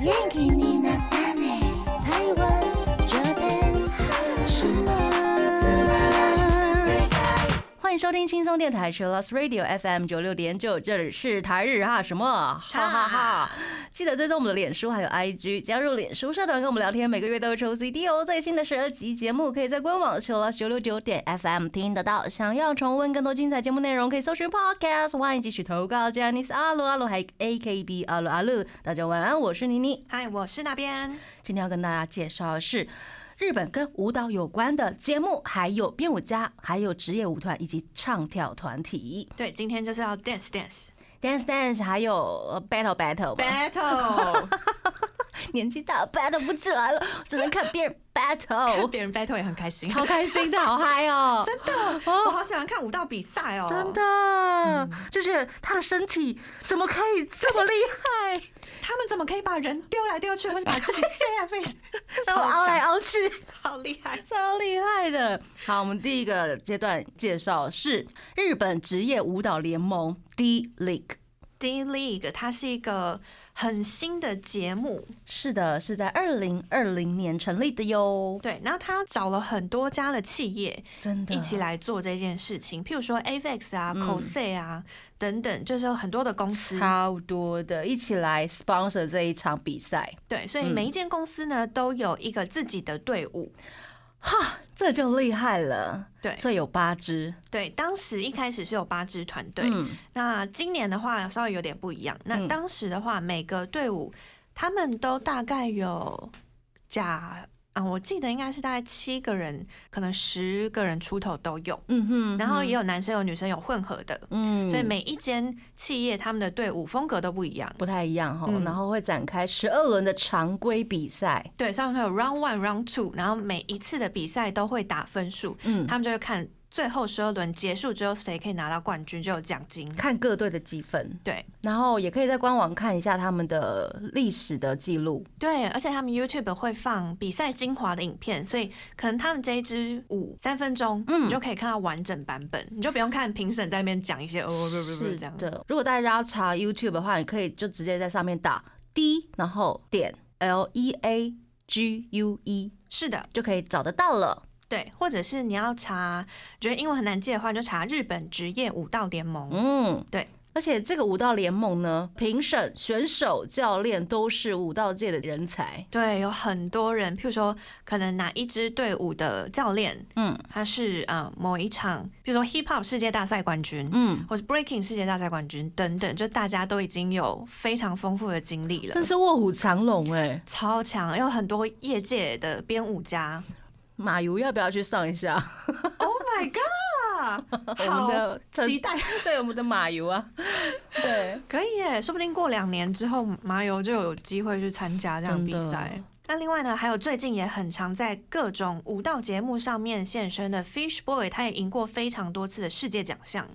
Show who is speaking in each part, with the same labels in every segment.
Speaker 1: 元気になったね台湾这边什么？
Speaker 2: 欢迎收听轻松电台 c h i l l o s Radio FM 九六点九，这里是台日哈什么哈哈哈！记得追踪我们的脸书还有 IG，加入脸书社团跟我们聊天，每个月都会抽 CD 哦。最新的十二集节目可以在官网 c h i l l o s 九六九点 FM 听得到。想要重温更多精彩节目内容，可以搜寻 Podcast。欢迎继续投稿 j a n i c e 阿鲁阿鲁还有 AKB 阿鲁阿鲁。大家晚安，我是妮妮。
Speaker 3: 嗨，我是那边。
Speaker 2: 今天要跟大家介绍的是日本跟舞蹈有关的节目，还有编舞家，还有职业舞团以及唱跳团体
Speaker 3: 对，今天就是要 dance dance
Speaker 2: ，dance dance，还有呃 battle battle 吧。
Speaker 3: battle，
Speaker 2: 年纪大了 battle 不起来了，只能看别人
Speaker 3: 看
Speaker 2: battle，
Speaker 3: 别人 battle 也很开 心，
Speaker 2: 超开心的，好嗨哦！
Speaker 3: 真的，我好喜欢看舞蹈比赛哦，
Speaker 2: 真。的，就觉得他的身体怎么可以这么厉害，
Speaker 3: 他们怎么可以把人丢来丢去，或者把自己飞来飞去，
Speaker 2: 然后
Speaker 3: 超哦
Speaker 2: 凹来
Speaker 3: 强，
Speaker 2: 凹去。
Speaker 3: 好厉害。
Speaker 2: 超厉害的。好，我们第一个阶段介绍是日本职业舞蹈联盟 D League。
Speaker 3: D League 它是一个很新的节目，
Speaker 2: 是的，是在二零二零年成立的哟，
Speaker 3: 对，那它找了很多家的企业
Speaker 2: 真的。
Speaker 3: 一起来做这件事情，譬如说 Avex 啊、c o s e 啊等等，就是有很多的公司，
Speaker 2: 超多的，一起来 sponsor 这一场比赛，
Speaker 3: 对，所以每一间公司呢都有一个自己的队伍，
Speaker 2: 这就厉害了。
Speaker 3: 对
Speaker 2: 所以有八支，
Speaker 3: 对，当时一开始是有八支团队，
Speaker 2: 嗯，
Speaker 3: 那今年的话稍微有点不一样。那
Speaker 2: 嗯
Speaker 3: 当时的话，每个队伍他们都大概有假，嗯，我记得应该是大概七个人，可能十个人出头都有。
Speaker 2: 嗯哼，
Speaker 3: 然后也有男生有女生有混合的，
Speaker 2: 嗯，
Speaker 3: 所以每一间企业他们的队伍风格都不一样。
Speaker 2: 不太一样哈。
Speaker 3: 嗯
Speaker 2: 然后会展开十二轮的常规比赛，
Speaker 3: 对，上面会有 round one、round two，然后每一次的比赛都会打分数，
Speaker 2: 嗯，
Speaker 3: 他们就会看最后十二轮结束之后谁可以拿到冠军就有奖金。
Speaker 2: 看各队的积分，
Speaker 3: 对，
Speaker 2: 然后也可以在官网看一下他们的历史的记录。
Speaker 3: 对，而且他们 YouTube 会放比赛精华的影片，所以可能他们这一支舞三分钟，
Speaker 2: 嗯
Speaker 3: 你就可以看到完整版本，你就不用看评审在那边讲一些哦不不不不
Speaker 2: 是
Speaker 3: 这样。
Speaker 2: 的，如果大家要查 YouTube 的话，你可以就直接在上面打 D，然后点 L E A G U E
Speaker 3: 是的，
Speaker 2: 就可以找得到了。
Speaker 3: 对，或者是你要查，觉得英文很难记的话，你就查日本职业舞蹈联盟。
Speaker 2: 嗯，
Speaker 3: 对。
Speaker 2: 而且这个舞蹈联盟呢，评审、选手、教练都是舞蹈界的人才。
Speaker 3: 对，有很多人，譬如说，可能哪一支队伍的教练，
Speaker 2: 嗯
Speaker 3: 他是呃某一场，譬如说 hip hop 世界大赛冠军，
Speaker 2: 嗯，
Speaker 3: 或是 breaking 世界大赛冠军等等，就大家都已经有非常丰富的经历了。
Speaker 2: 真是卧虎藏龙哎、
Speaker 3: 超强，有很多业界的编舞家。
Speaker 2: 马油要不要去上一下
Speaker 3: Oh my god！
Speaker 2: 我们
Speaker 3: 好
Speaker 2: 的
Speaker 3: 期待，
Speaker 2: 对我们的马油 啊？对，
Speaker 3: 可以耶，说不定过两年之后，麻油就有机会去参加这样比
Speaker 2: 真
Speaker 3: 赛。那另外呢，还有最近也很常在各种舞蹈节目上面现身的 Fish Boy，他也赢过非常多次的世界奖项。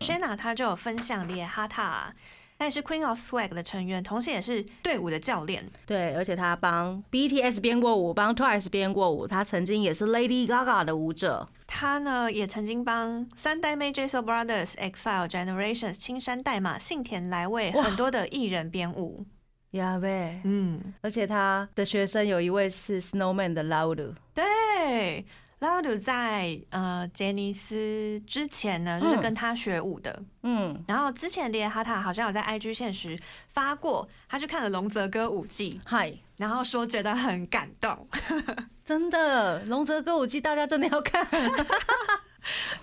Speaker 3: Shana 他就有分享里哈塔，他也是 Queen of Swag 的成员，同时也是队伍的教练。
Speaker 2: 对，而且他帮 BTS 编过舞，帮 Twice 编过舞，他曾经也是 Lady Gaga 的舞者。
Speaker 3: 他呢也曾经帮三代妹 j a s o Brothers、Exile Generations、青山代码、幸田来未
Speaker 2: 哇
Speaker 3: 很多的艺人编舞。
Speaker 2: 呀喂！
Speaker 3: 嗯，
Speaker 2: 而且他的学生有一位是 Snowman 的 Laulu，
Speaker 3: 对。拉鲁在呃杰尼斯之前呢，就是
Speaker 2: 嗯
Speaker 3: 跟他学舞的。
Speaker 2: 嗯，
Speaker 3: 然后之前列哈塔好像有在 IG 现实发过，他去看了龙泽歌舞伎，
Speaker 2: 嗨，
Speaker 3: 然后说觉得很感动，
Speaker 2: 真的，龙泽歌舞伎大家真的要 看，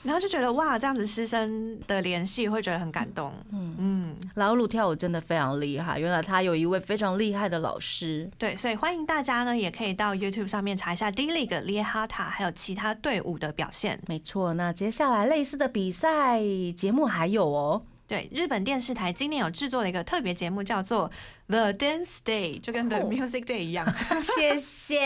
Speaker 3: 然后就觉得哇，这样子师生的联系会觉得很感动。嗯嗯，
Speaker 2: 老鲁跳舞真的非常厉害，原来他有一位非常厉害的老师。
Speaker 3: 对，所以欢迎大家呢，也可以到 YouTube 上面查一下 D League 列哈塔还有其他队伍的表现。
Speaker 2: 没错，那接下来类似的比赛节目还有哦，
Speaker 3: 对，日本电视台今年有制作了一个特别节目，叫做 The Dance Day，就跟 The
Speaker 2: 哦
Speaker 3: Music Day 一样，
Speaker 2: 谢谢，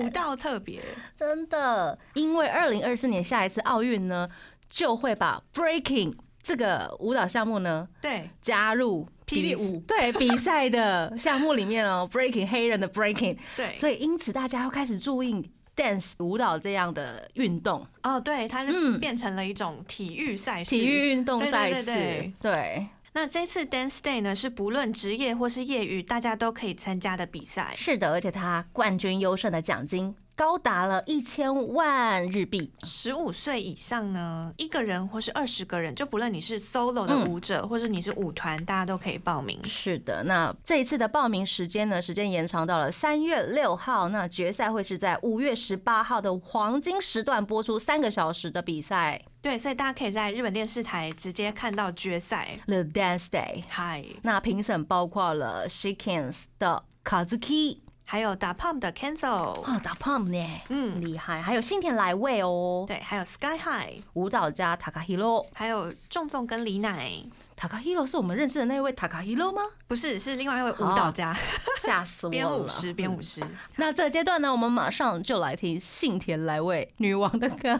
Speaker 3: 舞蹈特别。
Speaker 2: 真的，因为二零二四年下一次奥运呢，就会把 Breaking 这个舞蹈项目呢
Speaker 3: 对，
Speaker 2: 加入
Speaker 3: 霹雳
Speaker 2: 比
Speaker 3: 舞
Speaker 2: 对比赛的项目里面哦，Breaking 黑人的 Breaking，
Speaker 3: 对，
Speaker 2: 所以因此大家要开始注意 dance 舞蹈这样的运动，
Speaker 3: 哦，对，它是
Speaker 2: 嗯
Speaker 3: 变成了一种体育赛事。
Speaker 2: 体育运动赛事
Speaker 3: 对对对。
Speaker 2: 对，
Speaker 3: 那这次 Dance Day 呢，是不论职业或是业余，大家都可以参加的比赛，
Speaker 2: 是的，而且他冠军优胜的奖金高达了一千万日币，
Speaker 3: 十五岁以上呢，一个人或是二十个人，就不论你是 solo 的
Speaker 2: 嗯
Speaker 3: 舞者，或是你是舞团，大家都可以报名。
Speaker 2: 是的，那这一次的报名时间呢，时间延长到了三月六号，那决赛会是在五月十八号的黄金时段播出三个小时的比赛
Speaker 3: 对，所以大家可以在日本电视台直接看到决赛。
Speaker 2: 《The Dance Day》。
Speaker 3: 嗨，
Speaker 2: 那评审包括了 Shikens 的 Kazuki
Speaker 3: 还有打 pump 的 cancel，
Speaker 2: 啊，打 Pump 呢，
Speaker 3: 嗯，
Speaker 2: 厉害，还有信田来未哦，
Speaker 3: 对，还有 sky high，
Speaker 2: 舞蹈家 Takahiro。
Speaker 3: 还有重重跟李乃，
Speaker 2: Takahiro 是我们认识的那位 Takahiro 吗？
Speaker 3: 不是，是另外一位舞蹈家，
Speaker 2: 吓死我
Speaker 3: 编舞
Speaker 2: 了！
Speaker 3: 师，编舞师。
Speaker 2: 那这阶段呢，我们马上就来听信田来未女王的歌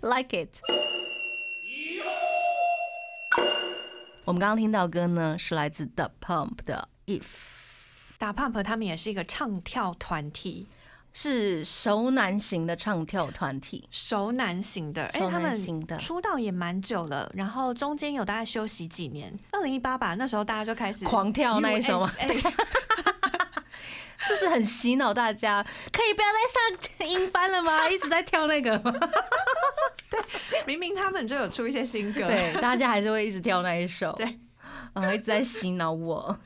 Speaker 2: 《Like It》。我们刚刚听到歌呢，是来自 The Pump 的《If》，
Speaker 3: 打 pump 他们也是一个唱跳团体，
Speaker 2: 是熟男型的唱跳团体。
Speaker 3: 熟男型的，哎、
Speaker 2: 熟
Speaker 3: 他
Speaker 2: 男型
Speaker 3: 们
Speaker 2: 的
Speaker 3: 出道也蛮久了，然后中间有大概休息几年，二零一八吧，那时候大家就开始
Speaker 2: 狂跳那一首吗
Speaker 3: USA
Speaker 2: 就是很洗脑大家，可以不要再上音班了吗？一直在跳那个吗？
Speaker 3: 明明他们就有出一些新歌，
Speaker 2: 对，大家还是会一直跳那一首。
Speaker 3: 对，
Speaker 2: 啊，一直在洗脑我。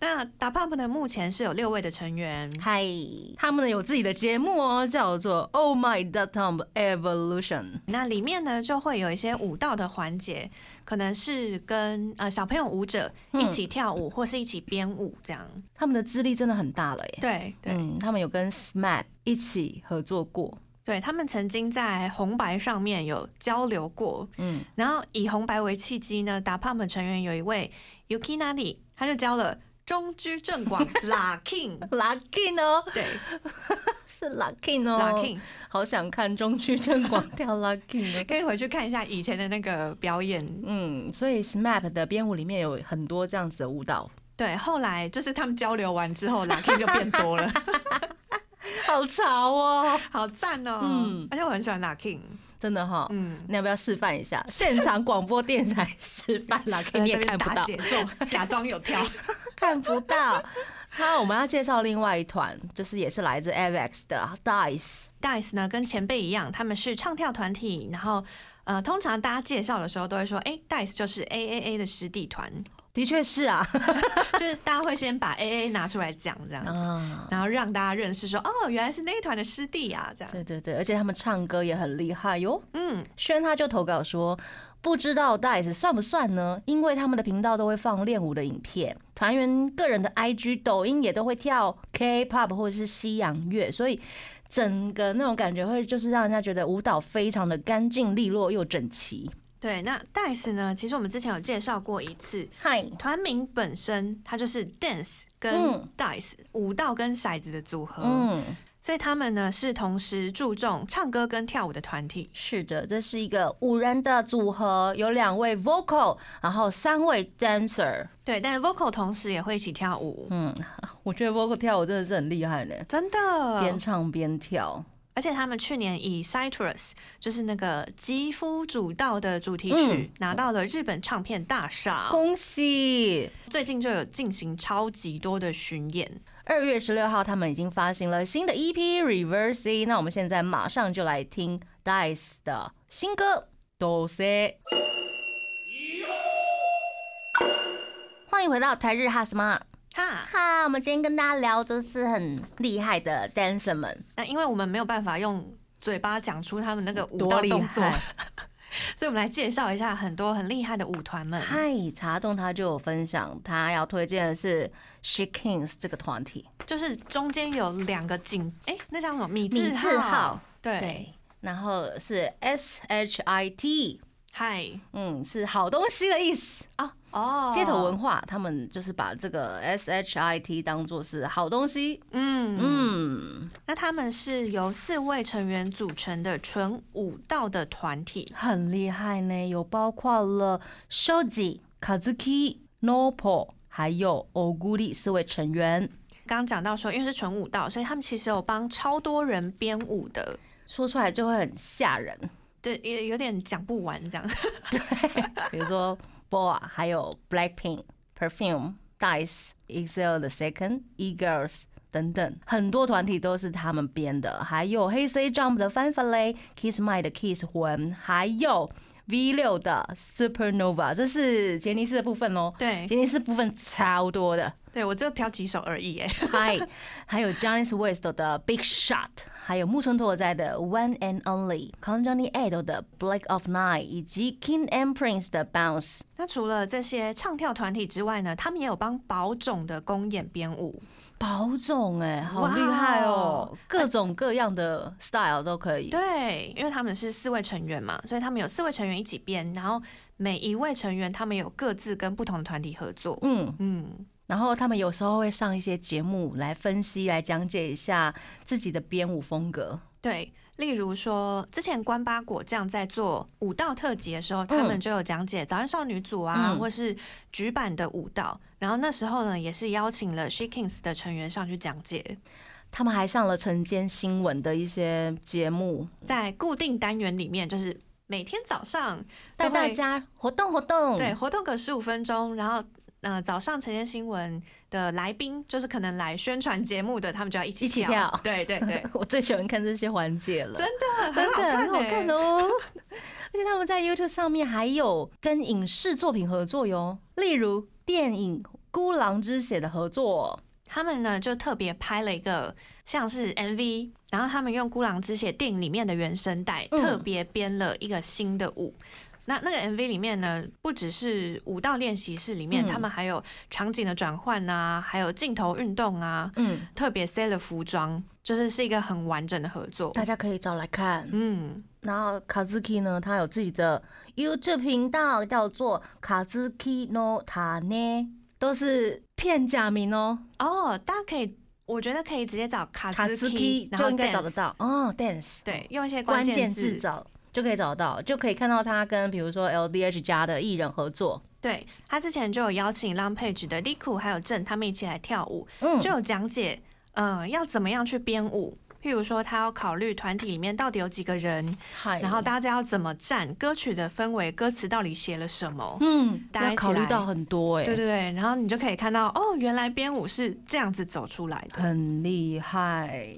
Speaker 3: 那打 pump 呢，目前是有六位的成员，
Speaker 2: 嗨，他们呢有自己的节目哦，叫做《Oh My d o t o m Evolution》。
Speaker 3: 那里面呢就会有一些舞蹈的环节，可能是跟呃小朋友舞者
Speaker 2: 嗯
Speaker 3: 一起跳舞，或是一起编舞这样。
Speaker 2: 他们的资历真的很大了耶。
Speaker 3: 对对、
Speaker 2: 嗯，他们有跟 SMAP 一起合作过。
Speaker 3: 对，他们曾经在红白上面有交流过，
Speaker 2: 嗯，
Speaker 3: 然后以红白为契机呢，打胖们成员有一位 Yuki Nari，他就教了中居正 广 La King，
Speaker 2: Lucky 哦，
Speaker 3: 对
Speaker 2: 是 Lucky 哦
Speaker 3: La King，
Speaker 2: 好想看中区正广 跳 Lucky 哦。
Speaker 3: 可以回去看一下以前的那个表演。
Speaker 2: 嗯，所以 SMAP 的编舞里面有很多这样子的舞蹈，
Speaker 3: 对，后来就是他们交流完之后，La King 就变多了，
Speaker 2: 好潮哦，
Speaker 3: 好赞哦！
Speaker 2: 嗯
Speaker 3: 而且我很喜欢 La King，
Speaker 2: 真的哈、
Speaker 3: 嗯。
Speaker 2: 你要不要示范一下？ 现场广播电台示范 Lucky
Speaker 3: 在
Speaker 2: 你也
Speaker 3: 这边
Speaker 2: 看不
Speaker 3: 打
Speaker 2: 到，
Speaker 3: 节 奏，假装有跳。
Speaker 2: 看不到。那我们要介绍另外一团，就是也是来自 AVEX 的 Dice。
Speaker 3: Dice 呢，跟前辈一样，他们是唱跳团体，然后呃，通常大家介绍的时候都会说，哎、d i c e 就是 A A A 的师弟团，
Speaker 2: 的确是啊，
Speaker 3: 就是大家会先把 A A 拿出来讲这样子，
Speaker 2: 啊，
Speaker 3: 然后让大家认识说，哦，原来是那一团的师弟啊，这 样。
Speaker 2: 对对对，而且他们唱歌也很厉害哟。
Speaker 3: 嗯，
Speaker 2: 轩他就投稿说，不知道 Dice 算不算呢？因为他们的频道都会放练舞的影片，团员个人的 IG、抖音也都会跳 K-pop 或者是西洋乐，所以整个那种感觉会就是让人家觉得舞蹈非常的干净利落又整齐。
Speaker 3: 对。那 Dice 呢，其实我们之前有介绍过一次。
Speaker 2: 嗨，
Speaker 3: 团名本身它就是 dance 跟
Speaker 2: 嗯
Speaker 3: dice、舞蹈跟骰子的组合，
Speaker 2: 嗯，
Speaker 3: 所以他们呢是同时注重唱歌跟跳舞的团体。
Speaker 2: 是的，这是一个五人的组合，有两位 vocal，然后三位 dancer。
Speaker 3: 对，但 vocal 同时也会一起跳舞，
Speaker 2: 嗯，我觉得 vocal 跳舞真的是很厉害呢，
Speaker 3: 真
Speaker 2: 边
Speaker 3: 的。
Speaker 2: 唱边跳。
Speaker 3: 而且他们去年以《Citrus》就是那个肌肤主道的主题
Speaker 2: 嗯
Speaker 3: 曲，拿到了日本唱片大赏。
Speaker 2: 恭喜！
Speaker 3: 最近就有进行超级多的巡演。
Speaker 2: 二月十六号，他们已经发行了新的 EP《Reverse》。那我 E 们现在马上就来听 Dice 的新歌《Do Se》。欢迎回到台日哈什么
Speaker 3: 哈，
Speaker 2: 哈，我们今天跟大家聊的是很厉害的 dancer 们，
Speaker 3: 那因为我们没有办法用嘴巴讲出他们那个舞
Speaker 2: 多
Speaker 3: 蹈
Speaker 2: 厉
Speaker 3: 动作
Speaker 2: 害，
Speaker 3: 所以我们来介绍一下很多很厉害的舞团们。
Speaker 2: 嗨，茶洞他就有分享，他要推荐的是 She Kings 这个团体。
Speaker 3: 就是中间有两个井，哎、那叫什么？米
Speaker 2: 米
Speaker 3: 字
Speaker 2: 字号
Speaker 3: 对，
Speaker 2: 对，然后是 S H I T，
Speaker 3: 嗨，
Speaker 2: 嗯，是好东西的意思。
Speaker 3: 哦哦，
Speaker 2: 街头文化，他们就是把这个 S H I T 当做是好东西。
Speaker 3: 嗯
Speaker 2: 嗯，
Speaker 3: 那他们是由四位成员组成的纯舞蹈的团体。
Speaker 2: 很厉害呢，有包括了 Shoji、Kazuki、Nopo，还有 Oguri 四位成员。
Speaker 3: 刚刚讲到说，因为是纯舞蹈，所以他们其实有帮超多人编舞的，
Speaker 2: 说出来就会很吓人，
Speaker 3: 对，也有点讲不完这样。
Speaker 2: 比如说。 BOA，还有 Blackpink、Perfume、Dice、EXILE The Second、E-Girls 等等，很多团体都是他们编的，还有黑 C Jump 的 Fan f a l a y Kiss My 的 Kiss 魂，还有 V 六的 Supernova，这是杰尼斯的部分哦。
Speaker 3: 对
Speaker 2: 杰尼斯部分超多的，
Speaker 3: 对，我就挑几首而已，哎，
Speaker 2: 嗨，还有 Johnny's West 的 Big Shot，还有木村拓哉的 One and Only，康 Johnny a d 的 Black of Night，以及 King and Prince 的 Bounce。
Speaker 3: 那除了这些唱跳团体之外呢，他们也有帮宝冢的公演编舞。
Speaker 2: 保种哎、好
Speaker 3: 哇
Speaker 2: 厉害哦！各种各样的 style 都可以。
Speaker 3: 对，因为他们是四位成员嘛，所以他们有四位成员一起编，然后每一位成员他们有各自跟不同的团体合作。
Speaker 2: 嗯，
Speaker 3: 嗯，
Speaker 2: 然后他们有时候会上一些节目来分析、来讲解一下自己的编舞风格。
Speaker 3: 对。例如说，之前关八果酱在做舞蹈特辑的时候，他们就有讲解早安少女组啊，
Speaker 2: 嗯
Speaker 3: 或是局版的舞蹈。然后那时候呢，也是邀请了 She Kings 的成员上去讲解，
Speaker 2: 他们还上了晨间新闻的一些节目，
Speaker 3: 在固定单元里面，就是每天早上
Speaker 2: 带
Speaker 3: 都
Speaker 2: 大
Speaker 3: 会
Speaker 2: 家活动活动。
Speaker 3: 对，活动个十五分钟，然后呃，早上晨间新闻的来宾就是可能来宣传节目的，他们就要一起
Speaker 2: 一起跳
Speaker 3: 对对对，
Speaker 2: 我最喜欢看这些环节了，
Speaker 3: 真的
Speaker 2: 真
Speaker 3: 很好
Speaker 2: 的
Speaker 3: 看、欸，
Speaker 2: 很好看哦。 而且他们在 YouTube 上面还有跟影视作品合作哟，例如电影《孤狼之血》的合作。
Speaker 3: 他们呢就特别拍了一个像是 MV，然后他们用《孤狼之血》电影里面的原声带，
Speaker 2: 嗯
Speaker 3: 特别编了一个新的舞。那那个 MV 里面呢，不只是舞蹈练习室里
Speaker 2: 嗯
Speaker 3: 面，他们还有场景的转换啊，还有镜头运动啊，
Speaker 2: 嗯，
Speaker 3: 特别塞了服装，就是是一个很完整的合作。
Speaker 2: 大家可以找来看。
Speaker 3: 嗯，
Speaker 2: 然后卡兹 k 呢，他有自己的 YouTube 频道，叫做卡兹 k no ta 呢，都是片假名哦。
Speaker 3: 哦，大家可以，我觉得可以直接找卡
Speaker 2: 卡
Speaker 3: 兹
Speaker 2: 兹 k
Speaker 3: 然
Speaker 2: 就
Speaker 3: 后
Speaker 2: 应该找得
Speaker 3: dance，
Speaker 2: 到哦，dance。
Speaker 3: 对，用一些
Speaker 2: 关键
Speaker 3: 键
Speaker 2: 字找就可以找到，就可以看到他跟比如说 LDH 家的艺人合作。
Speaker 3: 对他之前就有邀请浪 page 的 Liku 还有郑他们一起来跳舞，
Speaker 2: 嗯，
Speaker 3: 就有讲解，呃，要怎么样去编舞。譬如说，他要考虑团体里面到底有几个人，
Speaker 2: 嗨
Speaker 3: 然后大家要怎么站，歌曲的氛围，歌词到底写了什么。
Speaker 2: 嗯，
Speaker 3: 大家
Speaker 2: 要
Speaker 3: 一起
Speaker 2: 考虑
Speaker 3: 来
Speaker 2: 到很多哎、
Speaker 3: 对对对，然后你就可以看到，哦，原来编舞是这样子走出来的。
Speaker 2: 很厉害。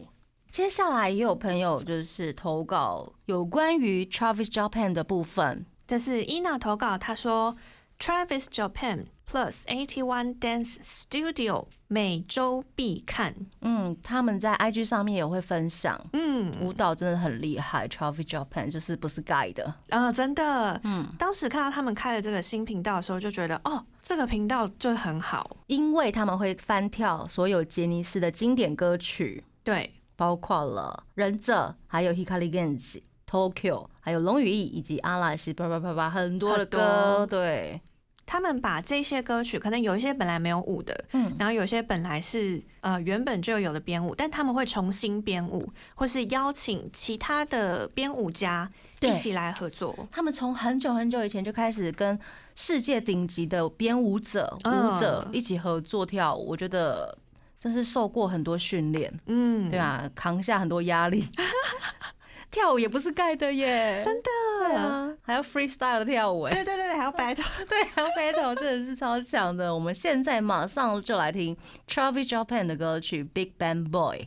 Speaker 2: 接下来也有朋友就是投稿有关于 Travis Japan 的部分，
Speaker 3: 这是伊娜投稿，她说，Travis Japan Plus Eighty One Dance Studio 每周必看。
Speaker 2: 嗯，他们在 IG 上面也会分享。
Speaker 3: 嗯，
Speaker 2: 舞蹈真的很厉害，Travis Japan 就是不是盖的，
Speaker 3: 呃，真的，
Speaker 2: 嗯，
Speaker 3: 当时看到他们开了这个新频道的时候，就觉得哦，这个频道就很好。
Speaker 2: 因为他们会翻跳所有杰尼斯的经典歌曲，
Speaker 3: 对，
Speaker 2: 包括了忍者，还有 Hikari Genji、Tokyo，还有龙与翼以及阿拉西，叭叭叭叭，很多的歌，
Speaker 3: 很多
Speaker 2: 对，
Speaker 3: 他们把这些歌曲，可能有一些本来没有舞的，
Speaker 2: 嗯，
Speaker 3: 然后有些本来是呃原本就有的编舞，但他们会重新编舞，或是邀请其他的编舞家
Speaker 2: 对
Speaker 3: 一起来合作。
Speaker 2: 他们从很久很久以前就开始跟世界顶级的编舞者、
Speaker 3: 嗯
Speaker 2: 舞者一起合作跳舞，我觉得真是受过很多训练，
Speaker 3: 嗯，
Speaker 2: 对啊，扛下很多压力。 跳舞也不是盖的耶，真的，对啊，还要 freestyle 的跳舞哎，
Speaker 3: 对对对对，还要 battle。
Speaker 2: 对啊，battle 真的是超强的。我们现在马上就来听 Travis Japan 的歌曲《Big Bang Boy》。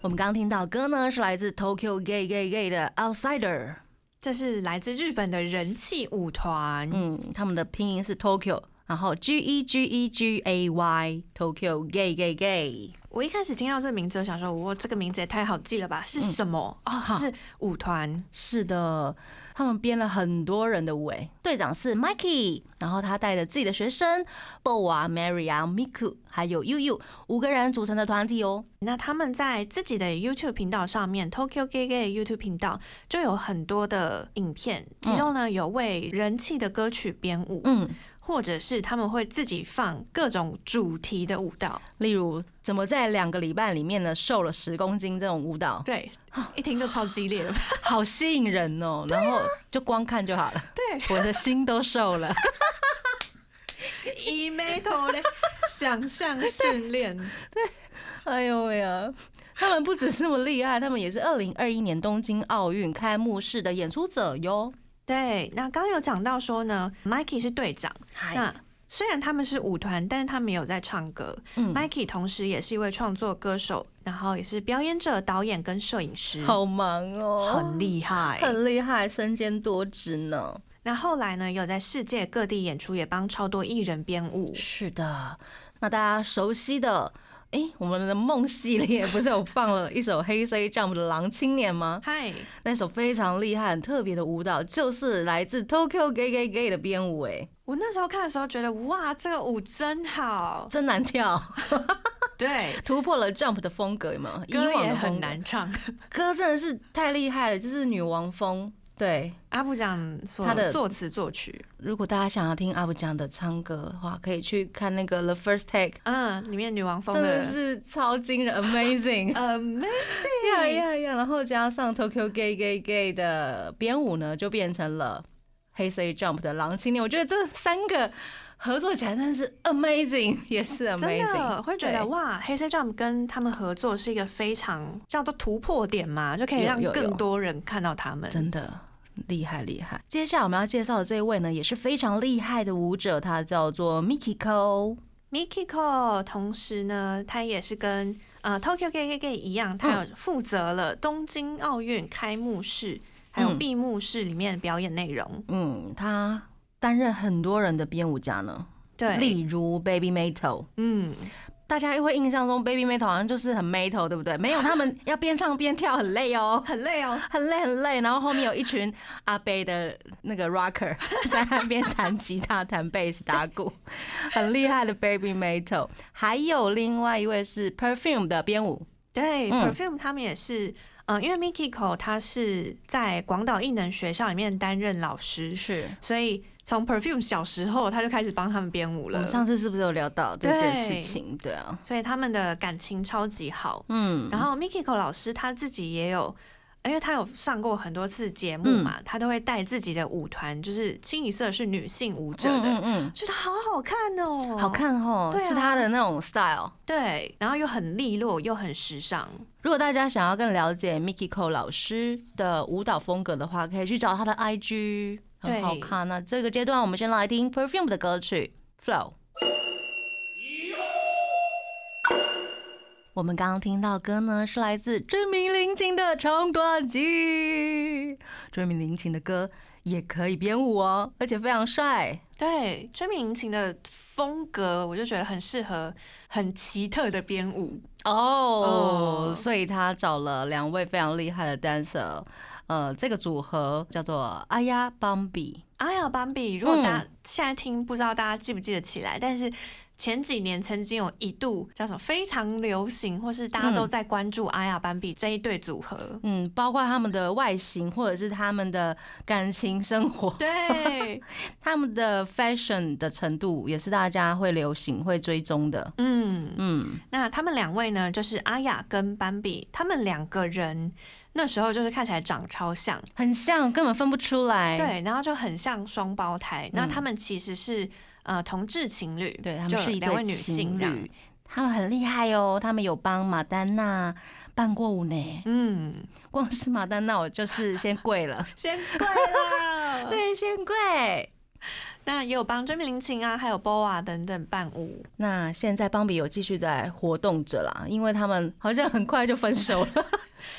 Speaker 2: 我们刚刚听到歌呢，是来自 Tokyo Gay Gay Gay 的 Outsider，
Speaker 3: 这是来自日本的人气舞团。
Speaker 2: 嗯，他们的拼音是 Tokyo，然后 G E G E G A Y Tokyo Gay Gay Gay，
Speaker 3: 我一开始听到这个名字，我想说，哇，这个名字也太好记了吧？
Speaker 2: 嗯
Speaker 3: 是什么？哦，是舞团。
Speaker 2: 是的，他们编了很多人的舞诶。队长是 Mikey，然后他带着自己的学生 Bo 啊、Mary 啊、Miku，还有 Yu Yu 五个人组成的团体哦。
Speaker 3: 那他们在自己的 YouTube 频道上面，Tokyo Gay Gay 的 YouTube 频道就有很多的影片，其中呢有为人气的歌曲编舞，
Speaker 2: 嗯，
Speaker 3: 或者是他们会自己放各种主题的舞蹈。
Speaker 2: 例如怎么在两个礼拜里面呢瘦了十公斤这种舞蹈，
Speaker 3: 对，一听就超激烈了。
Speaker 2: 好吸引人哦。然后就光看就好了，
Speaker 3: 对啊
Speaker 2: 我的心都瘦了。
Speaker 3: 一眉头嘞，想象训练。
Speaker 2: 哎呦喂呀！他们不止这么厉害，他们也是二零二一年东京奥运开幕式的演出者哟。
Speaker 3: 对，那刚刚有讲到说呢，Mikey 是队长，
Speaker 2: 嗨，
Speaker 3: 那虽然他们是舞团，但是他们也有在唱歌。
Speaker 2: 嗯
Speaker 3: Mikey 同时也是一位创作歌手，然后也是表演者、导演跟摄影师，
Speaker 2: 好忙哦，
Speaker 3: 很厉害。
Speaker 2: 很厉害，身兼多职呢。
Speaker 3: 那后来呢，有在世界各地演出，也帮超多艺人编舞。
Speaker 2: 是的，那大家熟悉的，哎、我们的梦系 列不是有放了一首黑 C Jump 的《狼青年》吗？
Speaker 3: 嗨，
Speaker 2: 那首非常厉害、很特别的舞蹈，就是来自 Tokyo Gay Gay Gay 的编舞、哎，
Speaker 3: 我那时候看的时候觉得，哇，这个舞真好。
Speaker 2: 真难跳，
Speaker 3: 对，
Speaker 2: 突破了 Jump 的风格，有没有？以
Speaker 3: 歌
Speaker 2: 往
Speaker 3: 也
Speaker 2: 的风
Speaker 3: 很
Speaker 2: 格，
Speaker 3: 难唱。
Speaker 2: 歌真的是太厉害了，就是女王风。对，
Speaker 3: 阿布讲所
Speaker 2: 他的
Speaker 3: 作词作曲，
Speaker 2: 如果大家想要听阿布讲的唱歌的话，可以去看那个 The First Take，
Speaker 3: 嗯，里面女王风
Speaker 2: 真的
Speaker 3: 的
Speaker 2: 是超惊人，Amazing。呀
Speaker 3: amazing。
Speaker 2: 呀呀！然后加上 Tokyo Gay Gay Gay 的编舞呢，就变成了黑 C Jump 的狼青年。我觉得这三个合作起来真的是 amazing，也 是
Speaker 3: 哦真
Speaker 2: amazing，
Speaker 3: 的会觉得
Speaker 2: 对
Speaker 3: 哇，黑色 Jump 跟他们合作是一个非常叫做突破点嘛，就可以
Speaker 2: 有
Speaker 3: 让
Speaker 2: 有有
Speaker 3: 更多人看到他们。
Speaker 2: 真的。厉害厉害！接下来我们要介绍的这一位呢，也是非常厉害的舞者，他叫做 Mikiko。
Speaker 3: Mikiko，同时呢，他也是跟呃 Tokyo Gay Gay Gay 一样，他有负责了东京奥运开幕式还有
Speaker 2: 嗯
Speaker 3: 闭幕式里面的表演内容。
Speaker 2: 嗯，他担任很多人的编舞家呢，
Speaker 3: 对，
Speaker 2: 例如 Baby Metal。
Speaker 3: 嗯，
Speaker 2: 大家会印象中 Baby Metal 好像就是很 Metal，对不对？没有，他们要边唱边跳，很累哦。
Speaker 3: 很累哦。
Speaker 2: 很累很累，然后后面有一群阿贝的那个 rocker 在那边弹吉他、 弹贝斯、打鼓，很厉害的 baby metal。还有另外一位是 perfume 的编舞，
Speaker 3: 对、
Speaker 2: 嗯
Speaker 3: p e r f u m e 他们也是，呃，因为 Mikiko 他是在广岛艺能学校里面担任老师，
Speaker 2: 是
Speaker 3: 所以从 Perfume 小时候他就开始帮他们编舞
Speaker 2: 我
Speaker 3: 了
Speaker 2: 们，上次是不是有聊到这件事情？对啊，
Speaker 3: 所以他们的感情超级好。
Speaker 2: 嗯，
Speaker 3: 然后 Mikiko 老师他自己也有，因为他有上过很多次节目
Speaker 2: 嗯
Speaker 3: 嘛，他都会带自己的舞团，就是清一色是女性舞者的，
Speaker 2: 嗯嗯
Speaker 3: 觉得好好看哦，
Speaker 2: 嗯，好，看哦，
Speaker 3: 对啊
Speaker 2: 是他的那种 style。
Speaker 3: 对，然后又很利落又很时尚，
Speaker 2: 如果大家想要更了解 Mikiko 老师的舞蹈风格的话，可以去找他的 IG，很
Speaker 3: 对
Speaker 2: 好看。那这个阶段，我们先来听 Perfume 的歌曲《Flow》。我们刚刚听到歌呢，是来自追名林檎的《冲冠记》。追名林檎的歌也可以编舞哦，而且非常帅。
Speaker 3: 对，追名引擎的风格，我就觉得很适合很奇特的编舞。
Speaker 2: 哦、
Speaker 3: 哦
Speaker 2: 所以他找了两位非常厉害的 dancer，呃，这个组合叫做阿呀邦比，
Speaker 3: 哎呀，斑比，如果大
Speaker 2: 嗯
Speaker 3: 家现在听，不知道大家记不记得起来，但是前几年曾经有一度叫什么非常流行，或是大家都在关注阿雅斑比这一对组合。
Speaker 2: 嗯，包括他们的外形或者是他们的感情生活，
Speaker 3: 对，
Speaker 2: 他们的 fashion 的程度也是大家会流行会追踪的，
Speaker 3: 嗯，
Speaker 2: 嗯，
Speaker 3: 那他们两位呢，就是阿雅跟斑比，他们两个人那时候就是看起来长超像，
Speaker 2: 很像，根本分不出来，
Speaker 3: 对，然后就很像双胞胎。那他们其实是呃同志情侣，
Speaker 2: 嗯对，他
Speaker 3: 就
Speaker 2: 们是一
Speaker 3: 两位
Speaker 2: 对
Speaker 3: 女
Speaker 2: 情
Speaker 3: 性这样。
Speaker 2: 侣，他们很厉害哦，他们有帮马丹娜办过舞呢，
Speaker 3: 嗯，
Speaker 2: 光是马丹娜我就是先跪 了，
Speaker 3: 先跪 啦。
Speaker 2: 对，先跪。
Speaker 3: 那也有帮追命林琴啊，还有 BOA 等等伴舞。
Speaker 2: 那现在邦比有继续在活动着啦，因为他们好像很快就分手 了。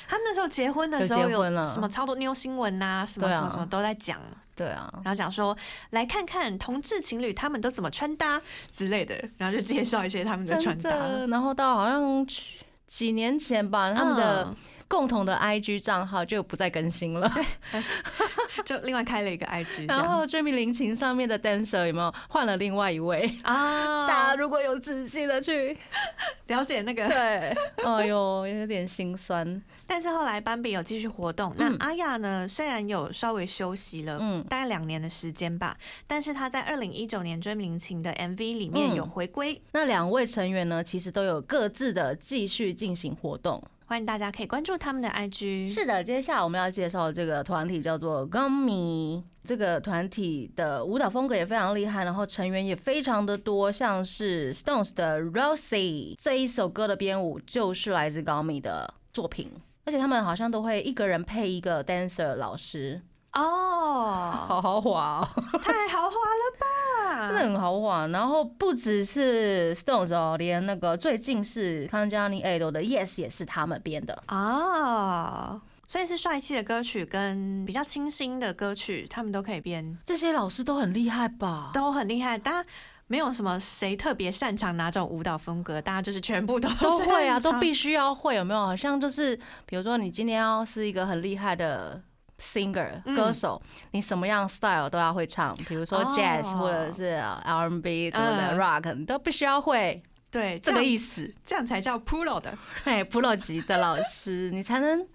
Speaker 3: 他们那时候结婚的时
Speaker 2: 就
Speaker 3: 候
Speaker 2: 结婚了
Speaker 3: 有什么超多妞新闻呐，什么
Speaker 2: 对啊
Speaker 3: 什么什么都在讲，
Speaker 2: 对啊，
Speaker 3: 然后讲说来看看同志情侣他们都怎么穿搭之类的，然后就介绍一些他们的穿
Speaker 2: 真
Speaker 3: 搭。
Speaker 2: 的。然后到好像去几年前吧，他们的共同的 IG 账号就不再更新了。
Speaker 3: 嗯 就另外开了一个 IG 这
Speaker 2: 然
Speaker 3: 样
Speaker 2: 后追名林琴上面的 dancer 有没有换了另外一 位？大家
Speaker 3: 啊，
Speaker 2: 如果有仔细的去，
Speaker 3: 了解那个。
Speaker 2: 对，哎呦，有点心酸。
Speaker 3: 但是后来斑比有继续活动，那阿雅呢，虽然有稍微休息了，
Speaker 2: 嗯
Speaker 3: 大概两年的时间吧，但是她在二零一九年追名琴的 MV 里面
Speaker 2: 嗯
Speaker 3: 有回归，
Speaker 2: 那两位成员呢，其实都有各自的继续进行活动。
Speaker 3: 欢迎大家可以关注他们的 IG。
Speaker 2: 是的，接下来我们要介绍这个团体叫做 Gummy，这个团体的舞蹈风格也非常厉害，然后成员也非常的多，像是 Stones 的 Rosie 这一首歌的编舞就是来自 Gummy 的作品，而且他们好像都会一个人配一个 dancer 老师，
Speaker 3: 哦，
Speaker 2: 好豪华哦，
Speaker 3: 太豪华了吧？
Speaker 2: 真的很豪华。然后不只是 Stones 哦，连那个最近是康佳尼 A 的 Yes 也是他们编的。
Speaker 3: 哦，所以是帅气的歌曲跟比较清新的歌曲，他们都可以编，
Speaker 2: 这些老师都很厉害吧？
Speaker 3: 都很厉害。大家没有什么谁特别擅长哪种舞蹈风格，大家就是全部都
Speaker 2: 都会啊，
Speaker 3: 擅长
Speaker 2: 都必须要会，有没有？好像就是，比如说你今天要是一个很厉害的 singer
Speaker 3: 嗯
Speaker 2: 歌手，你什么样 style 都要会唱，比如说
Speaker 3: 哦
Speaker 2: jazz 或者是呃 R&B 什么的
Speaker 3: 嗯
Speaker 2: rock，你都必须要会
Speaker 3: 对
Speaker 2: 这个
Speaker 3: 样
Speaker 2: 意 思。
Speaker 3: 这样才叫 pro 的。
Speaker 2: 哎，pro 级的老师，你才能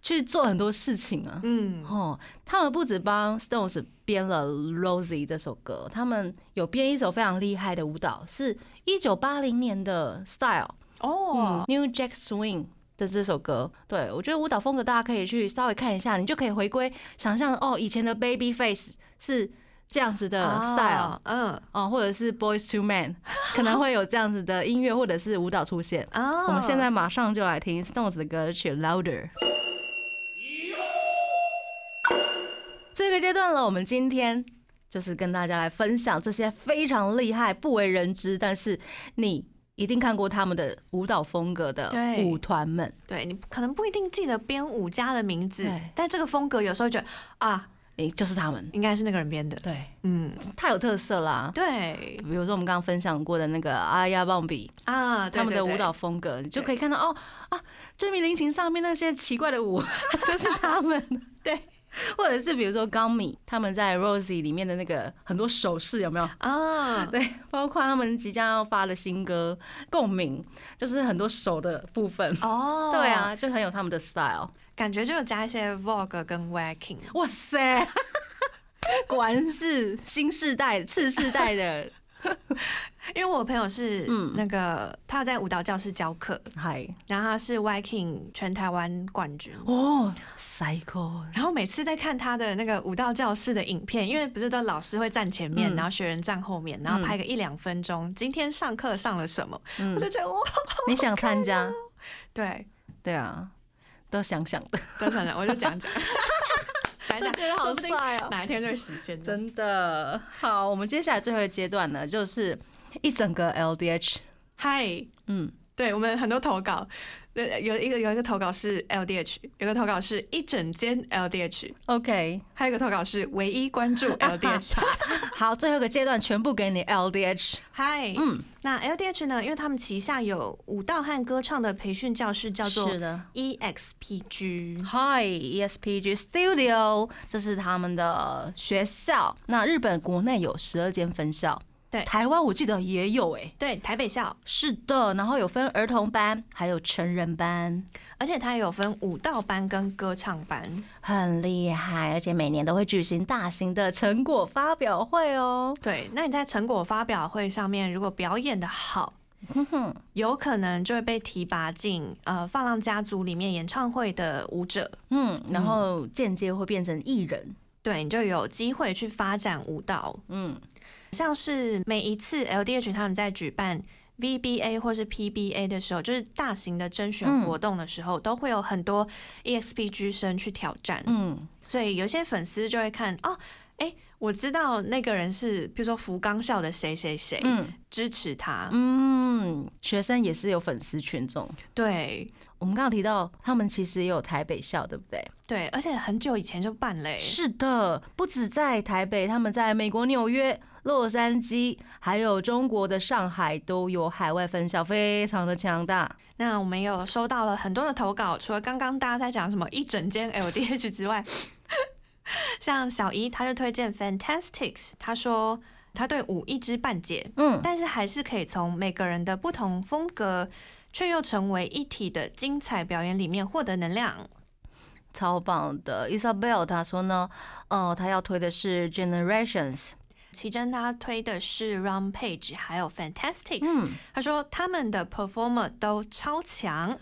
Speaker 2: 去做很多事情啊。
Speaker 3: 嗯，
Speaker 2: 哦，他们不止帮 Stones 编了《Rosie》这首歌，他们有编一首非常厉害的舞蹈，是一九八零年的 Style。嗯
Speaker 3: 哦，
Speaker 2: ，New Jack Swing 的这首歌，对我觉得舞蹈风格大家可以去稍微看一下，你就可以回归想象哦，以前的 Baby Face 是这样嗯子的 style
Speaker 3: 哦嗯，
Speaker 2: 哦，或者是 Boys to Men 可能会有这样子的音乐或者是舞蹈出现。
Speaker 3: 哦，
Speaker 2: 我们现在马上就来听 Stones 的歌曲《Louder》。这个阶段了，我们今天就是跟大家来分享这些非常厉害、不为人知，但是你一定看过他们的舞蹈风格的
Speaker 3: 对
Speaker 2: 舞团们。
Speaker 3: 对你可能不一定记得编舞家的名字
Speaker 2: 对，
Speaker 3: 但这个风格有时候觉得啊，
Speaker 2: 诶，就是他们，
Speaker 3: 应该是那个人编的。
Speaker 2: 对，
Speaker 3: 嗯，
Speaker 2: 太有特色啦。
Speaker 3: 对
Speaker 2: 比如说我们刚刚分享过的那个阿亚棒比，
Speaker 3: 啊，对
Speaker 2: 他们的
Speaker 3: 对对
Speaker 2: 舞蹈风格，你就可以看到哦啊，追迷林琴上面那些奇怪的舞， 就是他们
Speaker 3: 对，
Speaker 2: 或者是比如说高米他们在 Rosie 里面的那个很多手势有没有？
Speaker 3: 啊，
Speaker 2: 对，包括他们即将要发的新歌《共鸣》，就是很多手的部分。
Speaker 3: 哦，
Speaker 2: 对，啊，就很有他们的 style。
Speaker 3: 感觉就有加一些 Vogue 跟 Wacking。
Speaker 2: 哇塞， 果然是新世代、次世代的
Speaker 3: 因为我朋友是
Speaker 2: 嗯
Speaker 3: 那个，他有在舞蹈教室教课，
Speaker 2: 嗨
Speaker 3: 然后他是 Viking 全台湾冠军。
Speaker 2: 哦，cycle
Speaker 3: 然后每次在看他的那个舞蹈教室的影片，因为不是都老师会站前
Speaker 2: 嗯
Speaker 3: 面，然后学员站后面，然后拍个一两分钟，今天上课上了什么，
Speaker 2: 嗯
Speaker 3: 我就觉得哇，
Speaker 2: 你想参加？
Speaker 3: 哦对，
Speaker 2: 对啊，都想想的，
Speaker 3: 都想想，我就 讲讲，讲讲，说不定
Speaker 2: 哦，
Speaker 3: 哪一天就会实现的。
Speaker 2: 真的。好，我们接下来最后一个阶段呢，就是一整个 LDH，
Speaker 3: 嗨，
Speaker 2: 嗯，
Speaker 3: 对我们很多投稿，呃，有一个有一个投稿是 LDH，有个投稿是一整间 LDH，
Speaker 2: OK，
Speaker 3: 还有一个投稿是唯一关 注 LDH。
Speaker 2: 好，最后一个阶段全部给你 LDH。
Speaker 3: 嗨，
Speaker 2: 嗯，
Speaker 3: 那 LDH 呢？因为他们旗下有舞蹈和歌唱的培训教室，叫做 E
Speaker 2: 是的
Speaker 3: EXPG。
Speaker 2: ，Hi E ESPG Studio，这是他们的学校。那日本国内有十二间分校，
Speaker 3: 对
Speaker 2: 台湾我记得也有诶、
Speaker 3: 对，台北校，
Speaker 2: 是的，然后有分儿童班，还有成人班，
Speaker 3: 而且它有分舞蹈班跟歌唱班。
Speaker 2: 很厉害，而且每年都会举行大型的成果发表会哦。
Speaker 3: 对，那你在成果发表会上面，如果表演的好，
Speaker 2: 嗯
Speaker 3: 有可能就会被提拔进呃放浪家族里面演唱会的舞者。
Speaker 2: 嗯，然后间接会变成艺人。
Speaker 3: 对，你就有机会去发展舞蹈。
Speaker 2: 嗯，
Speaker 3: 像是每一次 LDH 他们在举办 VBA 或是 PBA 的时候，就是大型的甄
Speaker 2: 嗯
Speaker 3: 选活动的时候，都会有很多 E EXPG 生去挑战。
Speaker 2: 嗯，
Speaker 3: 所以有些粉丝就会看哦，哎、我知道那个人是，比如说福冈校的谁谁谁，
Speaker 2: 嗯
Speaker 3: 支持他。
Speaker 2: 嗯，学生也是有粉丝群众。
Speaker 3: 对
Speaker 2: 我们刚刚提到，他们其实也有台北校，对不对？
Speaker 3: 对，而且很久以前就办嘞、
Speaker 2: 是的，不止在台北，他们在美国纽约、洛杉矶，还有中国的上海都有海外分校，非常的强大。
Speaker 3: 那我们有收到了很多的投稿，除了刚刚大家在讲什么一整间 LDH 之外， 像小一他就推荐 Fantastics，他说他对舞一知半解，
Speaker 2: 嗯，
Speaker 3: 但是还是可以从每个人的不同风格却又成为一体的精彩表演里面获得能量。
Speaker 2: 超棒的。Isabel 她说呢，呃，她要推的是 Generations。
Speaker 3: 奇珍他推的是 Rampage，还有 Fantastics，、
Speaker 2: 嗯，
Speaker 3: 他说他们的 performer 都超强。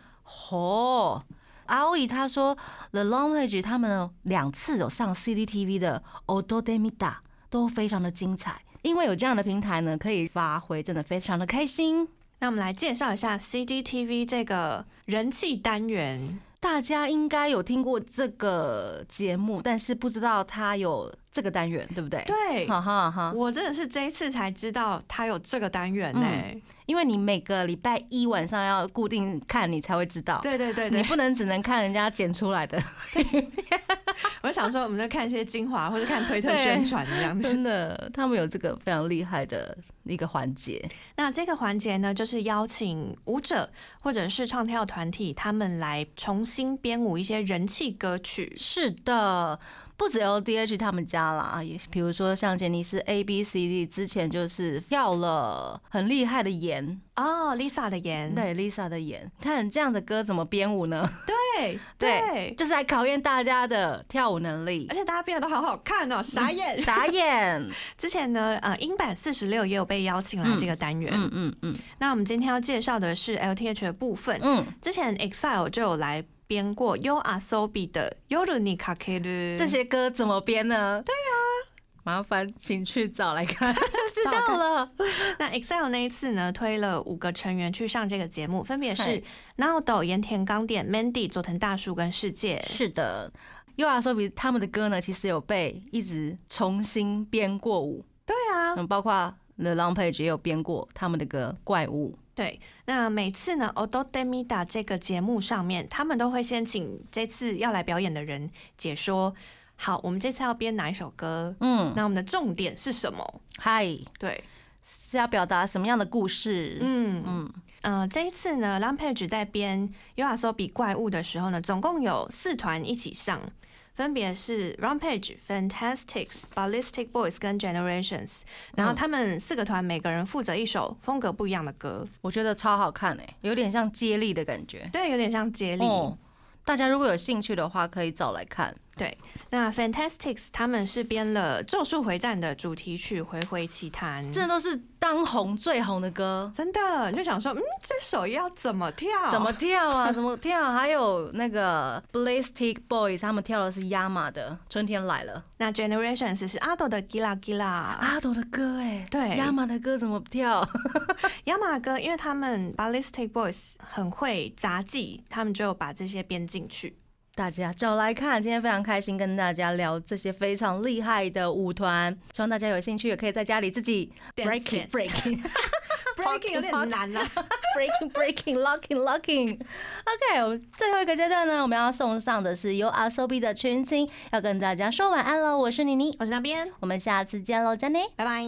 Speaker 2: 哦，阿欧伊他说 The Long Age 他们呢两次有上 CCTV 的 Odo Demida 都非常的精彩，因为有这样的平台呢，可以发挥，真的非常的开心。
Speaker 3: 那我们来介绍一下 CDTV 这个人气单元。
Speaker 2: 大家应该有听过这个节目，但是不知道它有这个单元，对不对？
Speaker 3: 对，
Speaker 2: 哈哈哈。
Speaker 3: 我真的是这一次才知道它有这个单元呢、
Speaker 2: 嗯因为你每个礼拜一晚上要固定看，你才会知道。
Speaker 3: 对对对
Speaker 2: 你
Speaker 3: 对，
Speaker 2: 不能只能看人家剪出来的，
Speaker 3: 我想说我们就看一些精华，或者看推特宣传这样 子。
Speaker 2: 真的，他们有这个非常厉害的一个环节。
Speaker 3: 那这个环节呢，就是邀请舞者或者是唱跳团体，他们来重新编舞一些人气歌曲。
Speaker 2: 是的，不止 LDH 他们家啦，也比如说像杰尼斯 A B C D 之前就是要了很厉害的盐，
Speaker 3: 哦，Lisa 的言，
Speaker 2: 对 Lisa 的盐，看这样的歌怎么编舞呢？
Speaker 3: 对对，
Speaker 2: 就是来考验大家的跳舞能力
Speaker 3: 而。且大家变得都好好看哦，傻眼。
Speaker 2: 傻眼，
Speaker 3: 之前呢，呃，英版四十六也有被邀请来这个单元。
Speaker 2: 嗯嗯 嗯
Speaker 3: 那我们今天要介绍的是 LTH 的部分。
Speaker 2: 嗯，
Speaker 3: 之前 Excel 就有来编过 You Are So Be 的 Yoru ni kakeru，
Speaker 2: 这些歌怎么编呢？对啊呀、麻烦请去找来 看，知道啊了。
Speaker 3: 那 EXILE 那一次呢，推了五个成员去上这个节目，分别是
Speaker 2: 嗨
Speaker 3: Naoto、盐田刚典、Mandy、佐藤大树跟世界。
Speaker 2: 是的。又啊，说比他们的歌呢，其实有被一直重新编过舞，
Speaker 3: 对啊，
Speaker 2: 嗯，包括 The Long Page 也有编过他们的歌《怪物》。
Speaker 3: 对。那每次呢 o d o d e m i d a 这个节目上面，他们都会先请这次要来表演的人解说。好，我们这次要编哪一首歌？
Speaker 2: 嗯，
Speaker 3: 那我们的重点是什么？
Speaker 2: 嗨，
Speaker 3: 对，
Speaker 2: 是要表达什么样的故事？
Speaker 3: 嗯嗯
Speaker 2: 嗯
Speaker 3: 呃，这一次呢，Lampage 在编《尤亚索比怪物》的时候呢，总共有四团一起上，分别是 Rampage、Fantastics、Ballistic Boys 跟 Generations，然
Speaker 2: 嗯
Speaker 3: 后他们四个团每个人负责一首风格不一样的歌，
Speaker 2: 我觉得超好看诶、欸有点像接力的感觉。
Speaker 3: 对，有点像接力。
Speaker 2: 哦，大家如果有兴趣的话，可以找来看。
Speaker 3: 那 Fantastics 他们是编了《咒术回战》的主题曲《回回奇谭》，
Speaker 2: 这都是当红最红的歌，
Speaker 3: 真的你就想说，嗯，这首要怎么跳？
Speaker 2: 怎么跳啊？ 怎么跳？还有那个 Ballistic Boys，他们跳的是 Yama 的《春天来了
Speaker 3: 那 Generations 是阿斗的《Gila Gila》》，
Speaker 2: 阿斗的歌哎、
Speaker 3: 对
Speaker 2: ，Yama 的歌怎么跳？
Speaker 3: 亚马哥，因为他们 Ballistic Boys 很会杂技，他们就把这些编进去。
Speaker 2: 大家找来看，今天非常开心跟大家聊这些非常厉害的舞团，希望大家有兴趣也可以在家里自己
Speaker 3: Dance,
Speaker 2: breaking
Speaker 3: dance.
Speaker 2: breaking
Speaker 3: Breaking 有点难啊啦、
Speaker 2: breaking breaking locking locking。OK，我们最后一个阶段呢，我们要送上的是由 RSOB 的全清，要跟大家说晚安喽。我是妮妮，
Speaker 3: 我是那边，
Speaker 2: 我们下次见喽，加妮。
Speaker 3: 拜拜。